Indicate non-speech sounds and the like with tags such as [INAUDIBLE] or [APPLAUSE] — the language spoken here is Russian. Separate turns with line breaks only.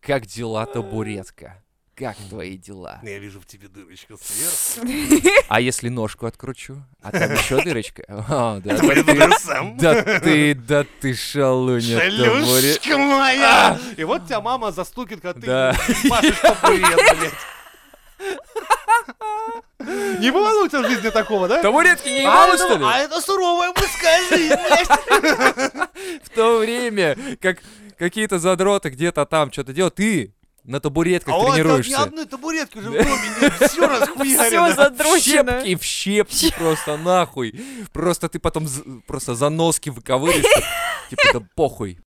Как дела, табуретка? Как твои дела?
Я вижу в тебе дырочку [LAUGHS] сверху.
А если ножку откручу? А там еще дырочка? О, да,
Ты
да
блин,
ты-
умер сам.
Да ты, да ты шалунья табуре-
Шалюшка моя! А! И вот тебя мама застукит, когда
Да.
ты пашешь [LAUGHS] табурет, блядь. Не бывало у тебя в жизни такого, да?
Табуретки не
а,
ебало,
это,
что ли?
а это суровая мужская [LAUGHS] жизнь, блядь.
В то время, как какие-то задроты где-то там что-то делают, ты на табуретках
А он там ни
тренируешься.
одной табуретки уже в доме нет. [LAUGHS] Все
Все
расхуярено.
задрочено.
Щепки в щепки просто нахуй. Просто ты потом з- просто за носки выковыриваешь. Типа, да похуй,